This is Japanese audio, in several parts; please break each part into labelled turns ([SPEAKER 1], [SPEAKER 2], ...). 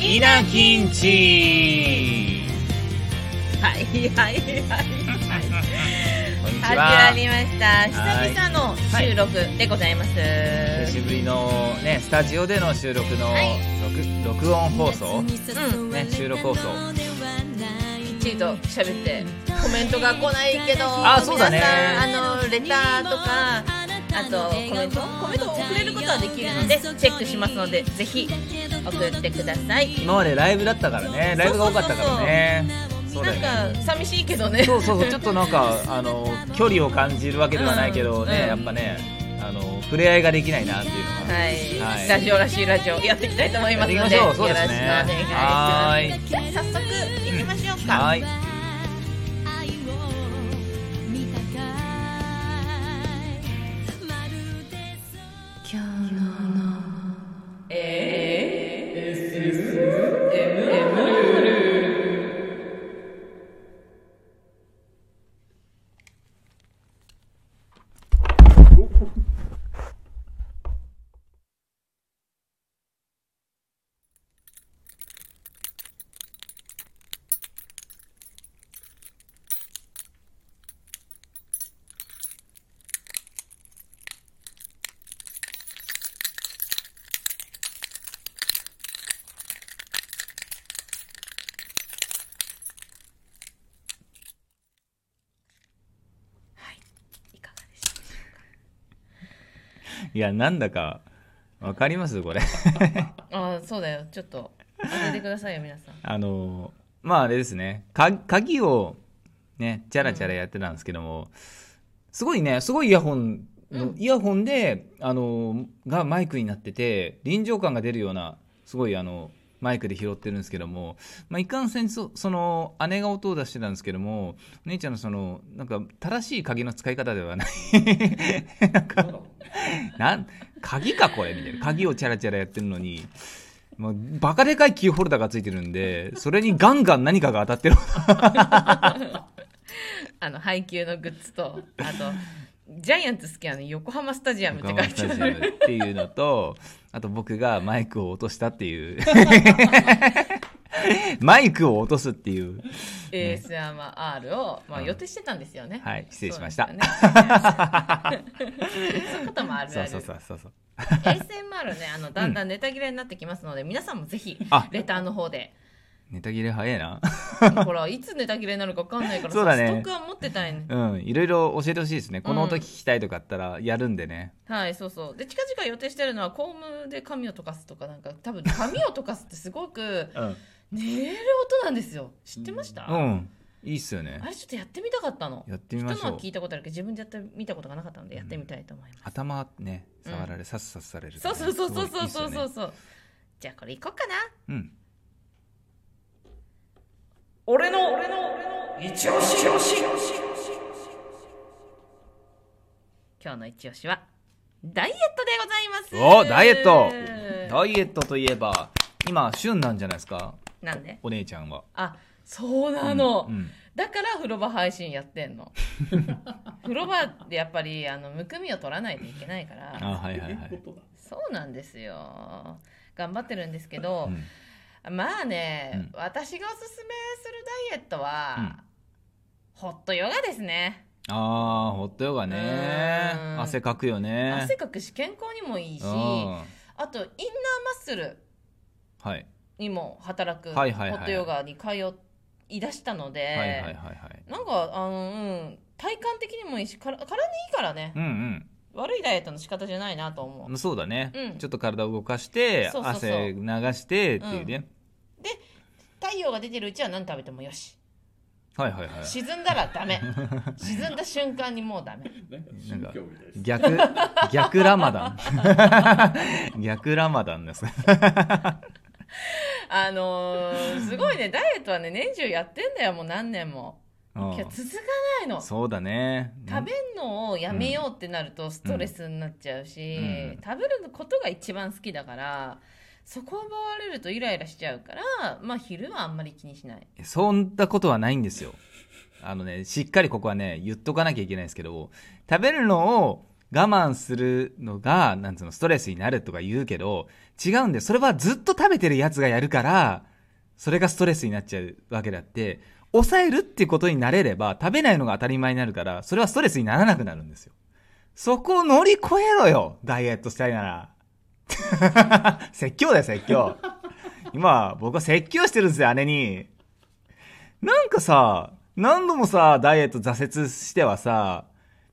[SPEAKER 1] イナキンチ
[SPEAKER 2] はいはいはいはい。
[SPEAKER 1] こんにち
[SPEAKER 2] 始ま
[SPEAKER 1] は
[SPEAKER 2] りました。久々の収録でございます。
[SPEAKER 1] 久しぶりのねスタジオでの収録の
[SPEAKER 2] はい
[SPEAKER 1] 録録音放送
[SPEAKER 2] うん、
[SPEAKER 1] ね収録放送
[SPEAKER 2] きっちりと喋って、コメントが来ないけど、
[SPEAKER 1] あそうだね
[SPEAKER 2] 皆さんあの、レターとか、あとコメント、コメントを送れることはできるので、チェックしますので、ぜひ送ってください。
[SPEAKER 1] 今までライブだったからねライブが多かったからねそうだよね
[SPEAKER 2] なんか、寂しいけどね。
[SPEAKER 1] そうそうそうちょっとなんかあの距離を感じるわけではないけどね、
[SPEAKER 2] うん
[SPEAKER 1] やっぱねあの触れ合いができないなっていうのが、
[SPEAKER 2] はい、
[SPEAKER 1] はい
[SPEAKER 2] ラジオらしいラジオやっていきたいと思いますので、
[SPEAKER 1] や
[SPEAKER 2] よ
[SPEAKER 1] っていきましょう
[SPEAKER 2] ろしく
[SPEAKER 1] そ
[SPEAKER 2] お
[SPEAKER 1] うで
[SPEAKER 2] 願
[SPEAKER 1] す
[SPEAKER 2] いし
[SPEAKER 1] ね
[SPEAKER 2] ます。じゃあ早速行きましょうか。
[SPEAKER 1] はい
[SPEAKER 2] いかがでした
[SPEAKER 1] いやなんだかわかりますこれ
[SPEAKER 2] あーそうだよちょっと当ててくださいよ皆さん
[SPEAKER 1] あのまああれですねか鍵をねチャラチャラやってたんですけども、すごいねすごいイヤホンの、イヤホンであのがマイクになってて臨場感が出るようなすごいあのマイクで拾ってるんですけども、まあ、いかんせんそその姉が音を出してたんですけどもお姉ちゃんのそのなんか正しい鍵の使い方ではない なんか なん鍵かこれみたいな鍵をチャラチャラやってるのに、まあ、バカでかいキーホルダーがついてるんでそれにガンガン何かが当たってる
[SPEAKER 2] あの配給のグッズとあとジャイアンツ好きなの横浜スタジアムって書
[SPEAKER 1] ガン
[SPEAKER 2] い
[SPEAKER 1] スタ
[SPEAKER 2] て
[SPEAKER 1] ジ
[SPEAKER 2] あ
[SPEAKER 1] ア
[SPEAKER 2] る
[SPEAKER 1] ムっていうのとあと僕がマイクを落としたっていう マイクを落とすっていう
[SPEAKER 2] エースアマ R を、まあ、
[SPEAKER 1] うん
[SPEAKER 2] 予定してたんですよね、
[SPEAKER 1] はい失礼しました
[SPEAKER 2] そうですよね そういうこともある
[SPEAKER 1] そう
[SPEAKER 2] ある
[SPEAKER 1] そうそうそうそう
[SPEAKER 2] ASMR ねあのだんだんネタ切れになってきますので、皆さんもぜひ
[SPEAKER 1] あ
[SPEAKER 2] レターの方 で
[SPEAKER 1] ネタ切れ早いな
[SPEAKER 2] ほらいつネタ切れになるか分かんないから
[SPEAKER 1] そうだね
[SPEAKER 2] ストックは持ってたいね
[SPEAKER 1] うんいろいろ教えてほしいですねこの音聞きたいとかあったらやるんでね、
[SPEAKER 2] はいそうそうで近々予定してるのはコームで髪を溶かすとかなんか多分髪を溶かすってすごく
[SPEAKER 1] うん
[SPEAKER 2] 寝れる音なんですよ知ってました、
[SPEAKER 1] うん、いいっすよね
[SPEAKER 2] あれちょっとやってみたかったの
[SPEAKER 1] やってみまし
[SPEAKER 2] 人の
[SPEAKER 1] ょう
[SPEAKER 2] は聞いたことあるけど自分でやってみたことがなかったのでやってみたいと思います、
[SPEAKER 1] 頭ね触られ、さっさっされる
[SPEAKER 2] そうそうそうそうそう
[SPEAKER 1] すご
[SPEAKER 2] そう
[SPEAKER 1] いいいっす
[SPEAKER 2] そ
[SPEAKER 1] よね
[SPEAKER 2] うそうじゃあこれいこうかな
[SPEAKER 1] うん
[SPEAKER 2] 俺の俺の俺の一押し今日の一押しはダイエットでございます
[SPEAKER 1] おダイエットダイエットといえば今旬なんじゃないですか
[SPEAKER 2] なんで
[SPEAKER 1] お姉ちゃんは
[SPEAKER 2] あそうなの、
[SPEAKER 1] うん
[SPEAKER 2] だから風呂場配信やってん の風呂場ってやっぱりあのむくみを取らないといけないから
[SPEAKER 1] あはいはいはい
[SPEAKER 2] そうなんですよ頑張ってるんですけど
[SPEAKER 1] う、ん
[SPEAKER 2] まあね、
[SPEAKER 1] う
[SPEAKER 2] 私がおすすめするダイエットは、
[SPEAKER 1] うん
[SPEAKER 2] ホットヨガですね
[SPEAKER 1] あーホットヨガね
[SPEAKER 2] うん
[SPEAKER 1] 汗かくよね
[SPEAKER 2] 汗かくし健康にもいいし
[SPEAKER 1] うん
[SPEAKER 2] あとインナーマッスル
[SPEAKER 1] はい
[SPEAKER 2] にも働くホ
[SPEAKER 1] はいはいはい
[SPEAKER 2] ットヨガに通いだしたので、
[SPEAKER 1] はいはいはいはい
[SPEAKER 2] なんかあの、うん、体感的にもいいしから体にいいからね
[SPEAKER 1] う、ん
[SPEAKER 2] 悪いダイエットの仕方じゃないなと思う
[SPEAKER 1] うんそうだね
[SPEAKER 2] うん
[SPEAKER 1] ちょっと体を動かして
[SPEAKER 2] そうそうそう
[SPEAKER 1] 汗流してっていうね
[SPEAKER 2] 太陽が出てるうちは何食べてもよし
[SPEAKER 1] はいはいはい
[SPEAKER 2] 沈んだら ダメ沈んだ瞬間にもうダメ
[SPEAKER 1] なんか逆 逆ラマダン 逆ラマダンです
[SPEAKER 2] あのーすごいねダイエットはね年中やってんだよもう何年も
[SPEAKER 1] うん
[SPEAKER 2] けど続かないの食
[SPEAKER 1] そうだね
[SPEAKER 2] べんのをやめようってなるとストレスになっちゃうし、
[SPEAKER 1] うん
[SPEAKER 2] 食べることが一番好きだからそこを奪われるとイライラしちゃうからまあ昼はあんまり気にしない
[SPEAKER 1] そんなことはないんですよ。あのね、しっかりここはね、言っとかなきゃいけないんですけど、食べるのを我慢するのが、なんつうの、ストレスになるとか言うけど、違うんで、それはずっと食べてるやつがやるから、それがストレスになっちゃうわけだって、抑えるってことになれれば、食べないのが当たり前になるから、それはストレスにならなくなるんですよ。そこを乗り越えろよダイエットしたいなら。 説教だよ、説教。今、僕は説教してるんですよ、姉に。なんかさ、何度もさ、ダイエット挫折してはさ、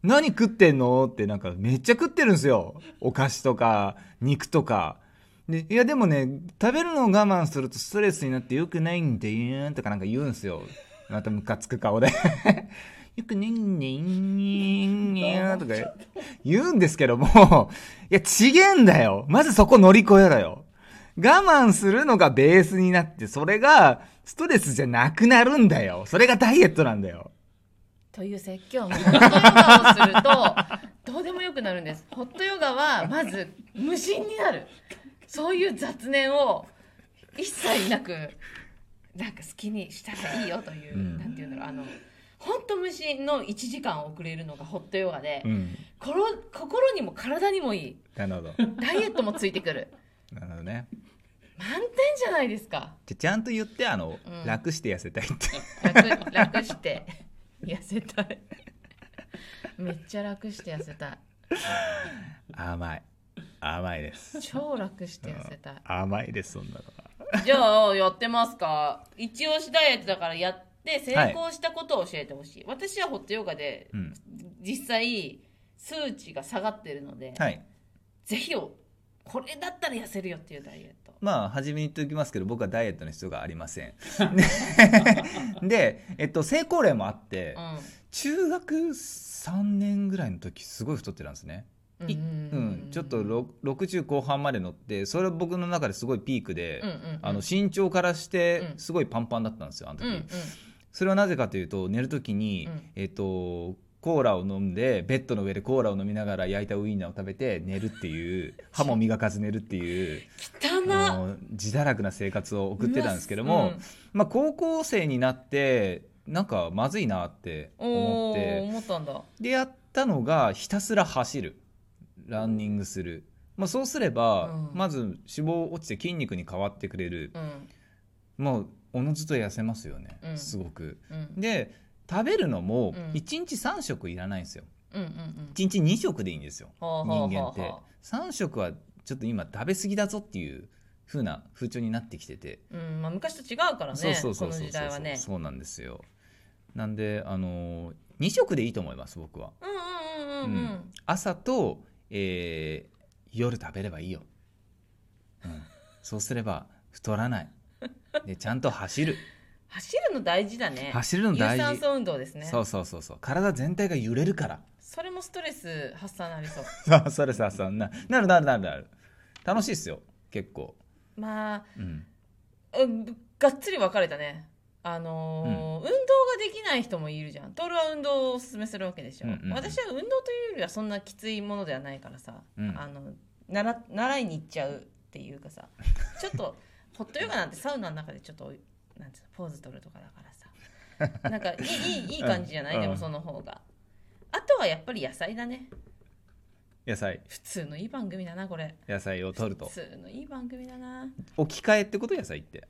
[SPEAKER 1] 何食ってんのってなんかめっちゃ食ってるんですよ。お菓子とか、肉とか。で、いやでもね、食べるのを我慢するとストレスになって良くないんでーんとかなんか言うんですよ。またムカつく顔で。 よくねんねんねんとか言うんですけども、いや、ちげんだよ。まずそこ乗り越えろよ。我慢するのがベースになって、それがストレスじゃなくなるんだよ。それがダイエットなんだよ。
[SPEAKER 2] という説教もホットヨガをするとどうでもよくなるんですホットヨガはまず無心になるそういう雑念を一切なくなんか好きにしたらいいよという、
[SPEAKER 1] うん
[SPEAKER 2] なんていうんだろうあの本当無心の1時間遅れるのがホットヨガで、
[SPEAKER 1] うん。
[SPEAKER 2] ころ心にも体にもいい
[SPEAKER 1] な るほど。
[SPEAKER 2] ダイエットもついてくる
[SPEAKER 1] なるほどね。
[SPEAKER 2] 満点じゃないですか
[SPEAKER 1] じゃ、ちゃんと言って、あの、
[SPEAKER 2] うん
[SPEAKER 1] 楽して痩せたいって。
[SPEAKER 2] 楽楽して痩せたいめっちゃ楽して痩せたい
[SPEAKER 1] 甘い。甘いです。
[SPEAKER 2] 超楽して痩せたい
[SPEAKER 1] 甘いです、そんなのは。
[SPEAKER 2] じゃあやってますか一押しダイエットだからやって成功したことを教えてほしい、私はホットヨガで
[SPEAKER 1] うん。
[SPEAKER 2] 実際数値が下がってるので、
[SPEAKER 1] はい。
[SPEAKER 2] ぜひをこれだったら痩せるよっていうダイエット
[SPEAKER 1] まあ、初めに言っておきますけど、僕はダイエットの必要がありませ ん。で、えっと、成功例もあって、中学3年ぐらいの時、すごい太ってたんですね。
[SPEAKER 2] うん
[SPEAKER 1] いうん、ちょっとろ60後半まで乗ってそれは僕の中ですごいピークで、
[SPEAKER 2] うんうんうん
[SPEAKER 1] あの身長からして
[SPEAKER 2] うん
[SPEAKER 1] すごいパンパンだったんですよあの
[SPEAKER 2] う
[SPEAKER 1] 時、
[SPEAKER 2] んうん
[SPEAKER 1] それはなぜかというと寝る時に、
[SPEAKER 2] うん
[SPEAKER 1] えっとコーラを飲んでベッドの上でコーラを飲みながら焼いたウインナーを食べて寝るっていう 歯も磨かず寝るっていう
[SPEAKER 2] 汚な
[SPEAKER 1] あの自堕落な生活を送ってたんですけども、まあ、高校生になってなんかまずいなって
[SPEAKER 2] うんお
[SPEAKER 1] 思って
[SPEAKER 2] ー思ったんだ
[SPEAKER 1] でやったのがひたすら走るランニングする、まあ、そうすれば、
[SPEAKER 2] うん
[SPEAKER 1] まず脂肪落ちて筋肉に変わってくれる
[SPEAKER 2] う、ん
[SPEAKER 1] もうおのずと痩せますよね、
[SPEAKER 2] うん
[SPEAKER 1] すごく
[SPEAKER 2] うん
[SPEAKER 1] で食べるのも
[SPEAKER 2] うん
[SPEAKER 1] 1日3食いらないんですよ
[SPEAKER 2] うんうんうん
[SPEAKER 1] 1日2食でいいんですよ
[SPEAKER 2] はあはあは
[SPEAKER 1] 人
[SPEAKER 2] あ
[SPEAKER 1] 間って3食はちょっと今食べ過ぎだぞっていう風な風潮になってきてて
[SPEAKER 2] うんまあ、昔と違うからね
[SPEAKER 1] そうそうそう
[SPEAKER 2] こ
[SPEAKER 1] そ
[SPEAKER 2] の
[SPEAKER 1] う
[SPEAKER 2] 時
[SPEAKER 1] そう
[SPEAKER 2] 代は
[SPEAKER 1] そう、
[SPEAKER 2] ね
[SPEAKER 1] そうなんですよなんであの2食でいいと思います僕は
[SPEAKER 2] うんうんうんうんうん
[SPEAKER 1] 朝と、えー夜食べればいいよ、うん、そうすれば太らないでちゃんと走る
[SPEAKER 2] 走るの大事だね
[SPEAKER 1] 走るの大
[SPEAKER 2] 有
[SPEAKER 1] 事
[SPEAKER 2] 酸、素運動ですね
[SPEAKER 1] そうそうそうそう体全体が揺れるから
[SPEAKER 2] それもストレス発散になりそう
[SPEAKER 1] そう それさそうななるなるなるなる楽しいっすよ結構、
[SPEAKER 2] まあ
[SPEAKER 1] うん、
[SPEAKER 2] うんがっつり分かれたねあのー運動ができない人もいるじゃんトールは運動をおすすめするわけでしょ、
[SPEAKER 1] うんうんうん
[SPEAKER 2] 私は運動というよりはそんなきついものではないからさ、
[SPEAKER 1] うん
[SPEAKER 2] あの習習いに行っちゃうっていうか さちょっとホットヨガなんてサウナの中でちょっとなんていうのポーズ取るとかだからさなんかいいいいいい感じじゃな
[SPEAKER 1] う
[SPEAKER 2] い、
[SPEAKER 1] ん
[SPEAKER 2] で
[SPEAKER 1] う
[SPEAKER 2] も
[SPEAKER 1] ん
[SPEAKER 2] その方があとはやっぱり野菜だね
[SPEAKER 1] 野菜
[SPEAKER 2] 普通のいい番組だなこれ
[SPEAKER 1] 野菜を取ると
[SPEAKER 2] 普通のいい番組だな
[SPEAKER 1] 置き換えってこと野菜って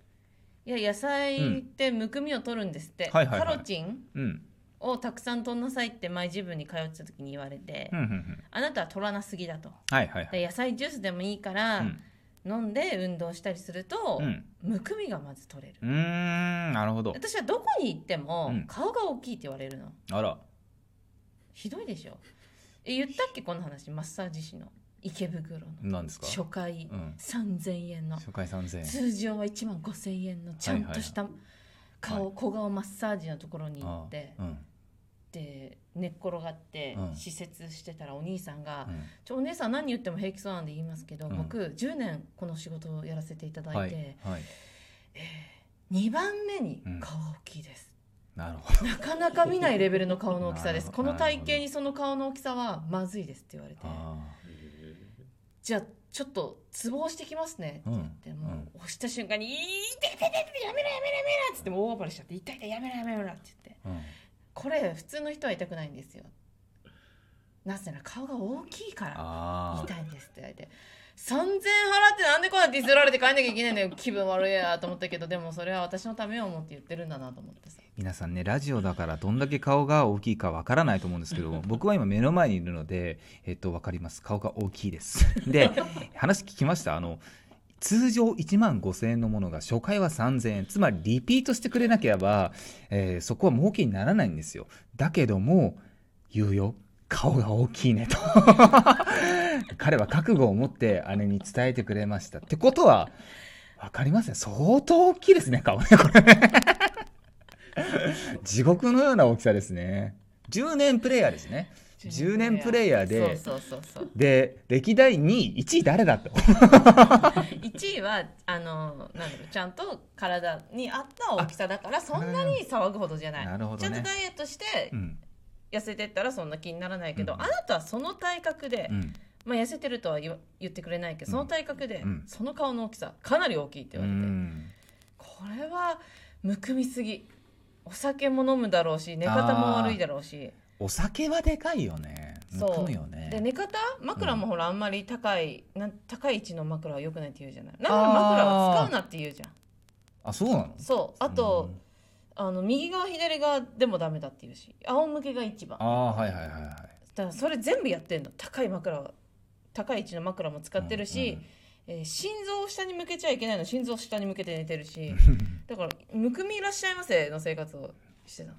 [SPEAKER 2] いや野菜ってむくみを取るんですって、
[SPEAKER 1] はいはいはい
[SPEAKER 2] カロチン
[SPEAKER 1] うん
[SPEAKER 2] をたくさん取んなさいって前自分に通ってた時に言われて、
[SPEAKER 1] うんうんうん
[SPEAKER 2] あなたは取らなすぎだと
[SPEAKER 1] はいはいはい
[SPEAKER 2] で野菜ジュースでもいいから、
[SPEAKER 1] うん
[SPEAKER 2] 飲んで運動したりすると、
[SPEAKER 1] うん
[SPEAKER 2] むくみがまず取れる
[SPEAKER 1] うーんなるほど
[SPEAKER 2] 私はどこに行っても
[SPEAKER 1] うん
[SPEAKER 2] 顔が大きいって言われるの
[SPEAKER 1] あら
[SPEAKER 2] ひどいでしょえ言ったっけこの話マッサージ師の池袋の
[SPEAKER 1] 何ですか
[SPEAKER 2] 初回
[SPEAKER 1] うん
[SPEAKER 2] 3000円の
[SPEAKER 1] 初回3000円
[SPEAKER 2] 通常は1万5000円のちゃんとした顔、
[SPEAKER 1] は
[SPEAKER 2] 小顔マッサージのところに行
[SPEAKER 1] あ
[SPEAKER 2] っ
[SPEAKER 1] あ
[SPEAKER 2] て
[SPEAKER 1] うん
[SPEAKER 2] で寝っ転がって
[SPEAKER 1] うん
[SPEAKER 2] 施設してたらお兄さんが「
[SPEAKER 1] うん
[SPEAKER 2] ちょお姉さん何言っても平気そうなんで言いますけど、
[SPEAKER 1] うん
[SPEAKER 2] 僕10年この仕事をやらせていただ
[SPEAKER 1] はい
[SPEAKER 2] て、
[SPEAKER 1] いはい
[SPEAKER 2] 2番目に
[SPEAKER 1] うん
[SPEAKER 2] 顔大きいです、
[SPEAKER 1] なるほど
[SPEAKER 2] なかなか見ないレベルの顔の大きさです
[SPEAKER 1] なる
[SPEAKER 2] こ
[SPEAKER 1] ほど
[SPEAKER 2] の体型にその顔の大きさはまずいですって言われて
[SPEAKER 1] あ
[SPEAKER 2] じゃあちょっとツボをしてきますねって言って、
[SPEAKER 1] うん
[SPEAKER 2] もう
[SPEAKER 1] うん
[SPEAKER 2] 押した瞬間に「いー痛い痛い痛い痛いやめろやめろやめろ」っつってもう大暴れしちゃって「痛
[SPEAKER 1] 嗯
[SPEAKER 2] い痛いやめろやめろやめろ」って言って
[SPEAKER 1] あ、うん、
[SPEAKER 2] これ普通の人は痛くないんですよなぜなら顔が大きいから
[SPEAKER 1] あ
[SPEAKER 2] 痛いんですって言われて3000円払ってなんでこんなディスられて帰んなきゃいけないんだよ気分悪いやと思ったけどでもそれは私のためを思って言ってるんだなと思ってさ
[SPEAKER 1] 皆さんねラジオだからどんだけ顔が大きいかわからないと思うんですけど僕は今目の前にいるのでえっとわかります顔が大きいですで話聞きましたあの通常1万5000円のものが初回は3000円つまりリピートしてくれなければ、えーそこは儲けにならないんですよだけども言うよ顔が大きいねと 彼は覚悟を持って姉に伝えてくれましたってことはわかりますね相当大きいですね顔ねこれ地獄のような大きさですね10年プレイヤーですね10年プレイヤーで
[SPEAKER 2] そうそうそうそう
[SPEAKER 1] で歴代2位1位誰だと
[SPEAKER 2] 1位はあのなんだろうちゃんと体に合った大きさだからそんなに騒ぐほどじゃない
[SPEAKER 1] なるほど
[SPEAKER 2] ちゃ
[SPEAKER 1] ね
[SPEAKER 2] んとダイエットして
[SPEAKER 1] うん
[SPEAKER 2] 痩せてったらそんな気にならないけど、
[SPEAKER 1] うん
[SPEAKER 2] あなたはその体格で、
[SPEAKER 1] うん
[SPEAKER 2] まあ、痩せてるとは言わ言ってくれないけどその体格で、
[SPEAKER 1] うん
[SPEAKER 2] その顔の大きさかなり大きいって言われて、
[SPEAKER 1] うん
[SPEAKER 2] これはむくみすぎお酒も飲むだろうし寝方も悪いだろうし
[SPEAKER 1] お酒はでかいよねむ
[SPEAKER 2] そう
[SPEAKER 1] くむよね
[SPEAKER 2] で寝方枕もほらあんまり高い、なん高い位置の枕は良くないって言うじゃないなんか枕は使うなって言うじゃん
[SPEAKER 1] あそうなの
[SPEAKER 2] そうあと、あの右側左側でもダメだって言うし仰向けが一番
[SPEAKER 1] あ
[SPEAKER 2] だか
[SPEAKER 1] あはいはいはいはい
[SPEAKER 2] らそれ全部やってんの高い枕は高い位置の枕も使ってるし、えー心臓を下に向けちゃいけないの心臓を下に向けて寝てるし
[SPEAKER 1] うんうん
[SPEAKER 2] だから「むくみいらっしゃいませ」の生活をしてたの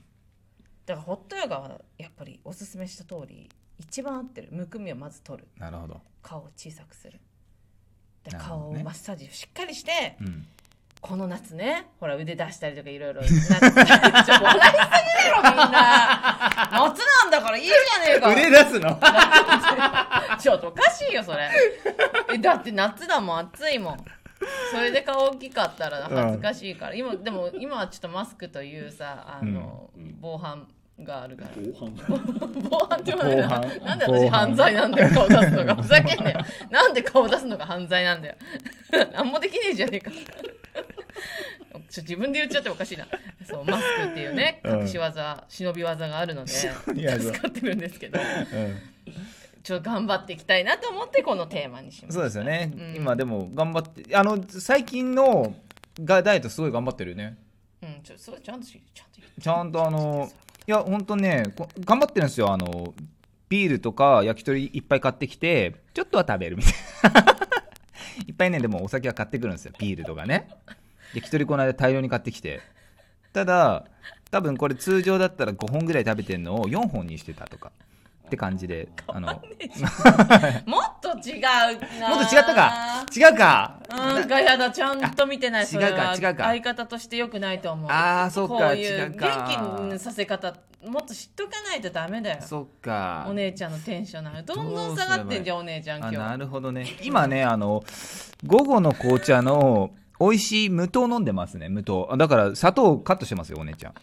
[SPEAKER 2] だからホットヨガはやっぱりおすすめした通り一番合ってるむくみをまず取る
[SPEAKER 1] なるほど、
[SPEAKER 2] 顔を小さくするで
[SPEAKER 1] なるほ
[SPEAKER 2] 顔
[SPEAKER 1] ど
[SPEAKER 2] を
[SPEAKER 1] ね
[SPEAKER 2] マッサージをしっかりして
[SPEAKER 1] うん、
[SPEAKER 2] この夏ねほら腕出したりとかいろいろなちょ笑いすぎだろみんな夏なんだからいいじゃね えか
[SPEAKER 1] 腕出すの
[SPEAKER 2] ちょっとおかしいよそ れえだって夏だもん暑いもんそれで顔大きかったら恥ずかしいから、今でも今はちょっとマスクというさあの、防犯があるから
[SPEAKER 3] 防犯
[SPEAKER 2] 防犯って言わないな
[SPEAKER 1] 防犯
[SPEAKER 2] なんで
[SPEAKER 1] 防
[SPEAKER 2] 私
[SPEAKER 1] 犯
[SPEAKER 2] 犯罪なんだよ顔出すのがふざけんなよなんで顔出すのが犯罪なんだよ なんもできねえじゃねえかちょ自分で言っちゃっておかしい なそうマスクっていうね
[SPEAKER 1] うん
[SPEAKER 2] 隠し技、忍び技があるので
[SPEAKER 1] び技
[SPEAKER 2] 使ってるんですけど
[SPEAKER 1] うん
[SPEAKER 2] ちょっと頑張っていきたいなと思ってこのテーマにしまし
[SPEAKER 1] そう
[SPEAKER 2] た
[SPEAKER 1] ですよね、
[SPEAKER 2] うん
[SPEAKER 1] 今でも頑張ってあの最近のがダイエットすごい頑張ってるよね
[SPEAKER 2] うん、ちょそれちゃんとしちゃんと言って
[SPEAKER 1] ちゃんとあのいやほんとねこ頑張ってるんですよあのビールとか焼き鳥いっぱい買ってきてちょっとは食べるみたいな いっぱいねでもお酒は買ってくるんですよビールとかね焼き鳥この間大量に買ってきてただ多分これ通常だったら5本ぐらい食べてるのを4本にしてたとかって感じであのもっ
[SPEAKER 2] もっと違うな
[SPEAKER 1] と違ったか違うか
[SPEAKER 2] うんかやだちゃんと見てない
[SPEAKER 1] あ
[SPEAKER 2] それは
[SPEAKER 1] 違うか違うか
[SPEAKER 2] 相方としてよくないと思う
[SPEAKER 1] あーそうか
[SPEAKER 2] こうい
[SPEAKER 1] 違
[SPEAKER 2] う
[SPEAKER 1] う
[SPEAKER 2] 元
[SPEAKER 1] か
[SPEAKER 2] 気にさせ方もっと知っとかないとダメだよ
[SPEAKER 1] そっか
[SPEAKER 2] お姉ちゃんのテンションなどんどん下がってんじゃんお姉ちゃん今
[SPEAKER 1] あ
[SPEAKER 2] 日
[SPEAKER 1] なるほどね今ねあの午後の紅茶の美味しい無糖飲んでますね無糖あだから砂糖カットしてますよお姉 ちゃん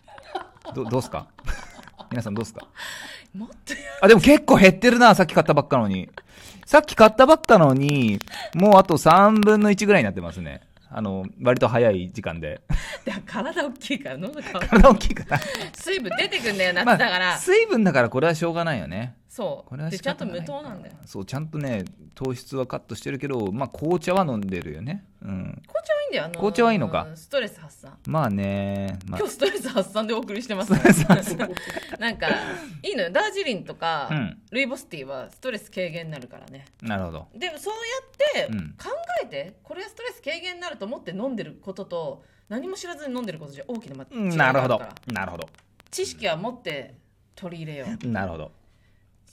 [SPEAKER 1] どどうすか 皆さんどうすか
[SPEAKER 2] もっとや
[SPEAKER 1] あでも結構減ってるなさっき買ったばっかのにさっき買ったばっかのにもうあと3分の1ぐらいになってますねあの割と早い時間で
[SPEAKER 2] だから体大きいから喉 乾く
[SPEAKER 1] 体大きいから
[SPEAKER 2] 水分出てくんだよ夏
[SPEAKER 1] まあ
[SPEAKER 2] だから、
[SPEAKER 1] 水分だからこれはしょうがないよね
[SPEAKER 2] そ
[SPEAKER 1] これ
[SPEAKER 2] う
[SPEAKER 1] は
[SPEAKER 2] で
[SPEAKER 1] 仕
[SPEAKER 2] ちゃん
[SPEAKER 1] 方
[SPEAKER 2] と
[SPEAKER 1] ない
[SPEAKER 2] 無糖なんだよ
[SPEAKER 1] そうちゃんとね糖質はカットしてるけどまあ紅茶は飲んでるよねうん
[SPEAKER 2] 紅茶はいいんだよあのー
[SPEAKER 1] 紅茶はいいのか
[SPEAKER 2] ストレス発散
[SPEAKER 1] まあね、まあ
[SPEAKER 2] 今、日ストレス発散でお送りしてますね。なんかいいのよダージリンとか、
[SPEAKER 1] うん
[SPEAKER 2] ルイボスティーはストレス軽減になるからね
[SPEAKER 1] なるほど。
[SPEAKER 2] でもそうやって
[SPEAKER 1] うん
[SPEAKER 2] 考えて、これはストレス軽減になると思って飲んでることと何も知らずに飲んでることじゃ大きな間違いが
[SPEAKER 1] なる
[SPEAKER 2] ある
[SPEAKER 1] ほ
[SPEAKER 2] から
[SPEAKER 1] ど。なるほど。
[SPEAKER 2] 知識は持って取り入れよう
[SPEAKER 1] なるほど。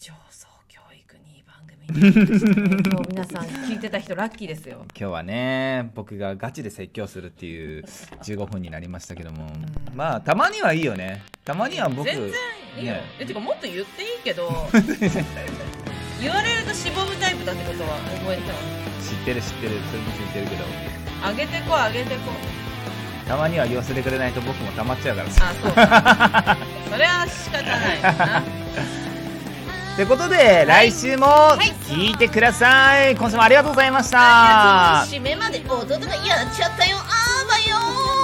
[SPEAKER 2] 上層教育にいい番組 にもう皆さん聞いてた人ラッキーですよ
[SPEAKER 1] 今日はね、僕がガチで説教するっていう15分になりましたけども、まあ、たまにはいいよね。たまには僕、
[SPEAKER 2] 全然いいよ、
[SPEAKER 1] ね
[SPEAKER 2] えてかもっと言っていいけ ど言われるとしぼむタイプだってことは覚えてた
[SPEAKER 1] 知ってる知ってる、それも知ってるけど、
[SPEAKER 2] わ上げてこう上げてこう
[SPEAKER 1] たまには言わせてくれないと僕も溜まっちゃうからさ。
[SPEAKER 2] あ、そうか。 それは仕方ないよな。
[SPEAKER 1] ってことで、来週も聞いてください。今週もありがとうございました。
[SPEAKER 2] 締めまで弟がやっちゃったよ、あーばよー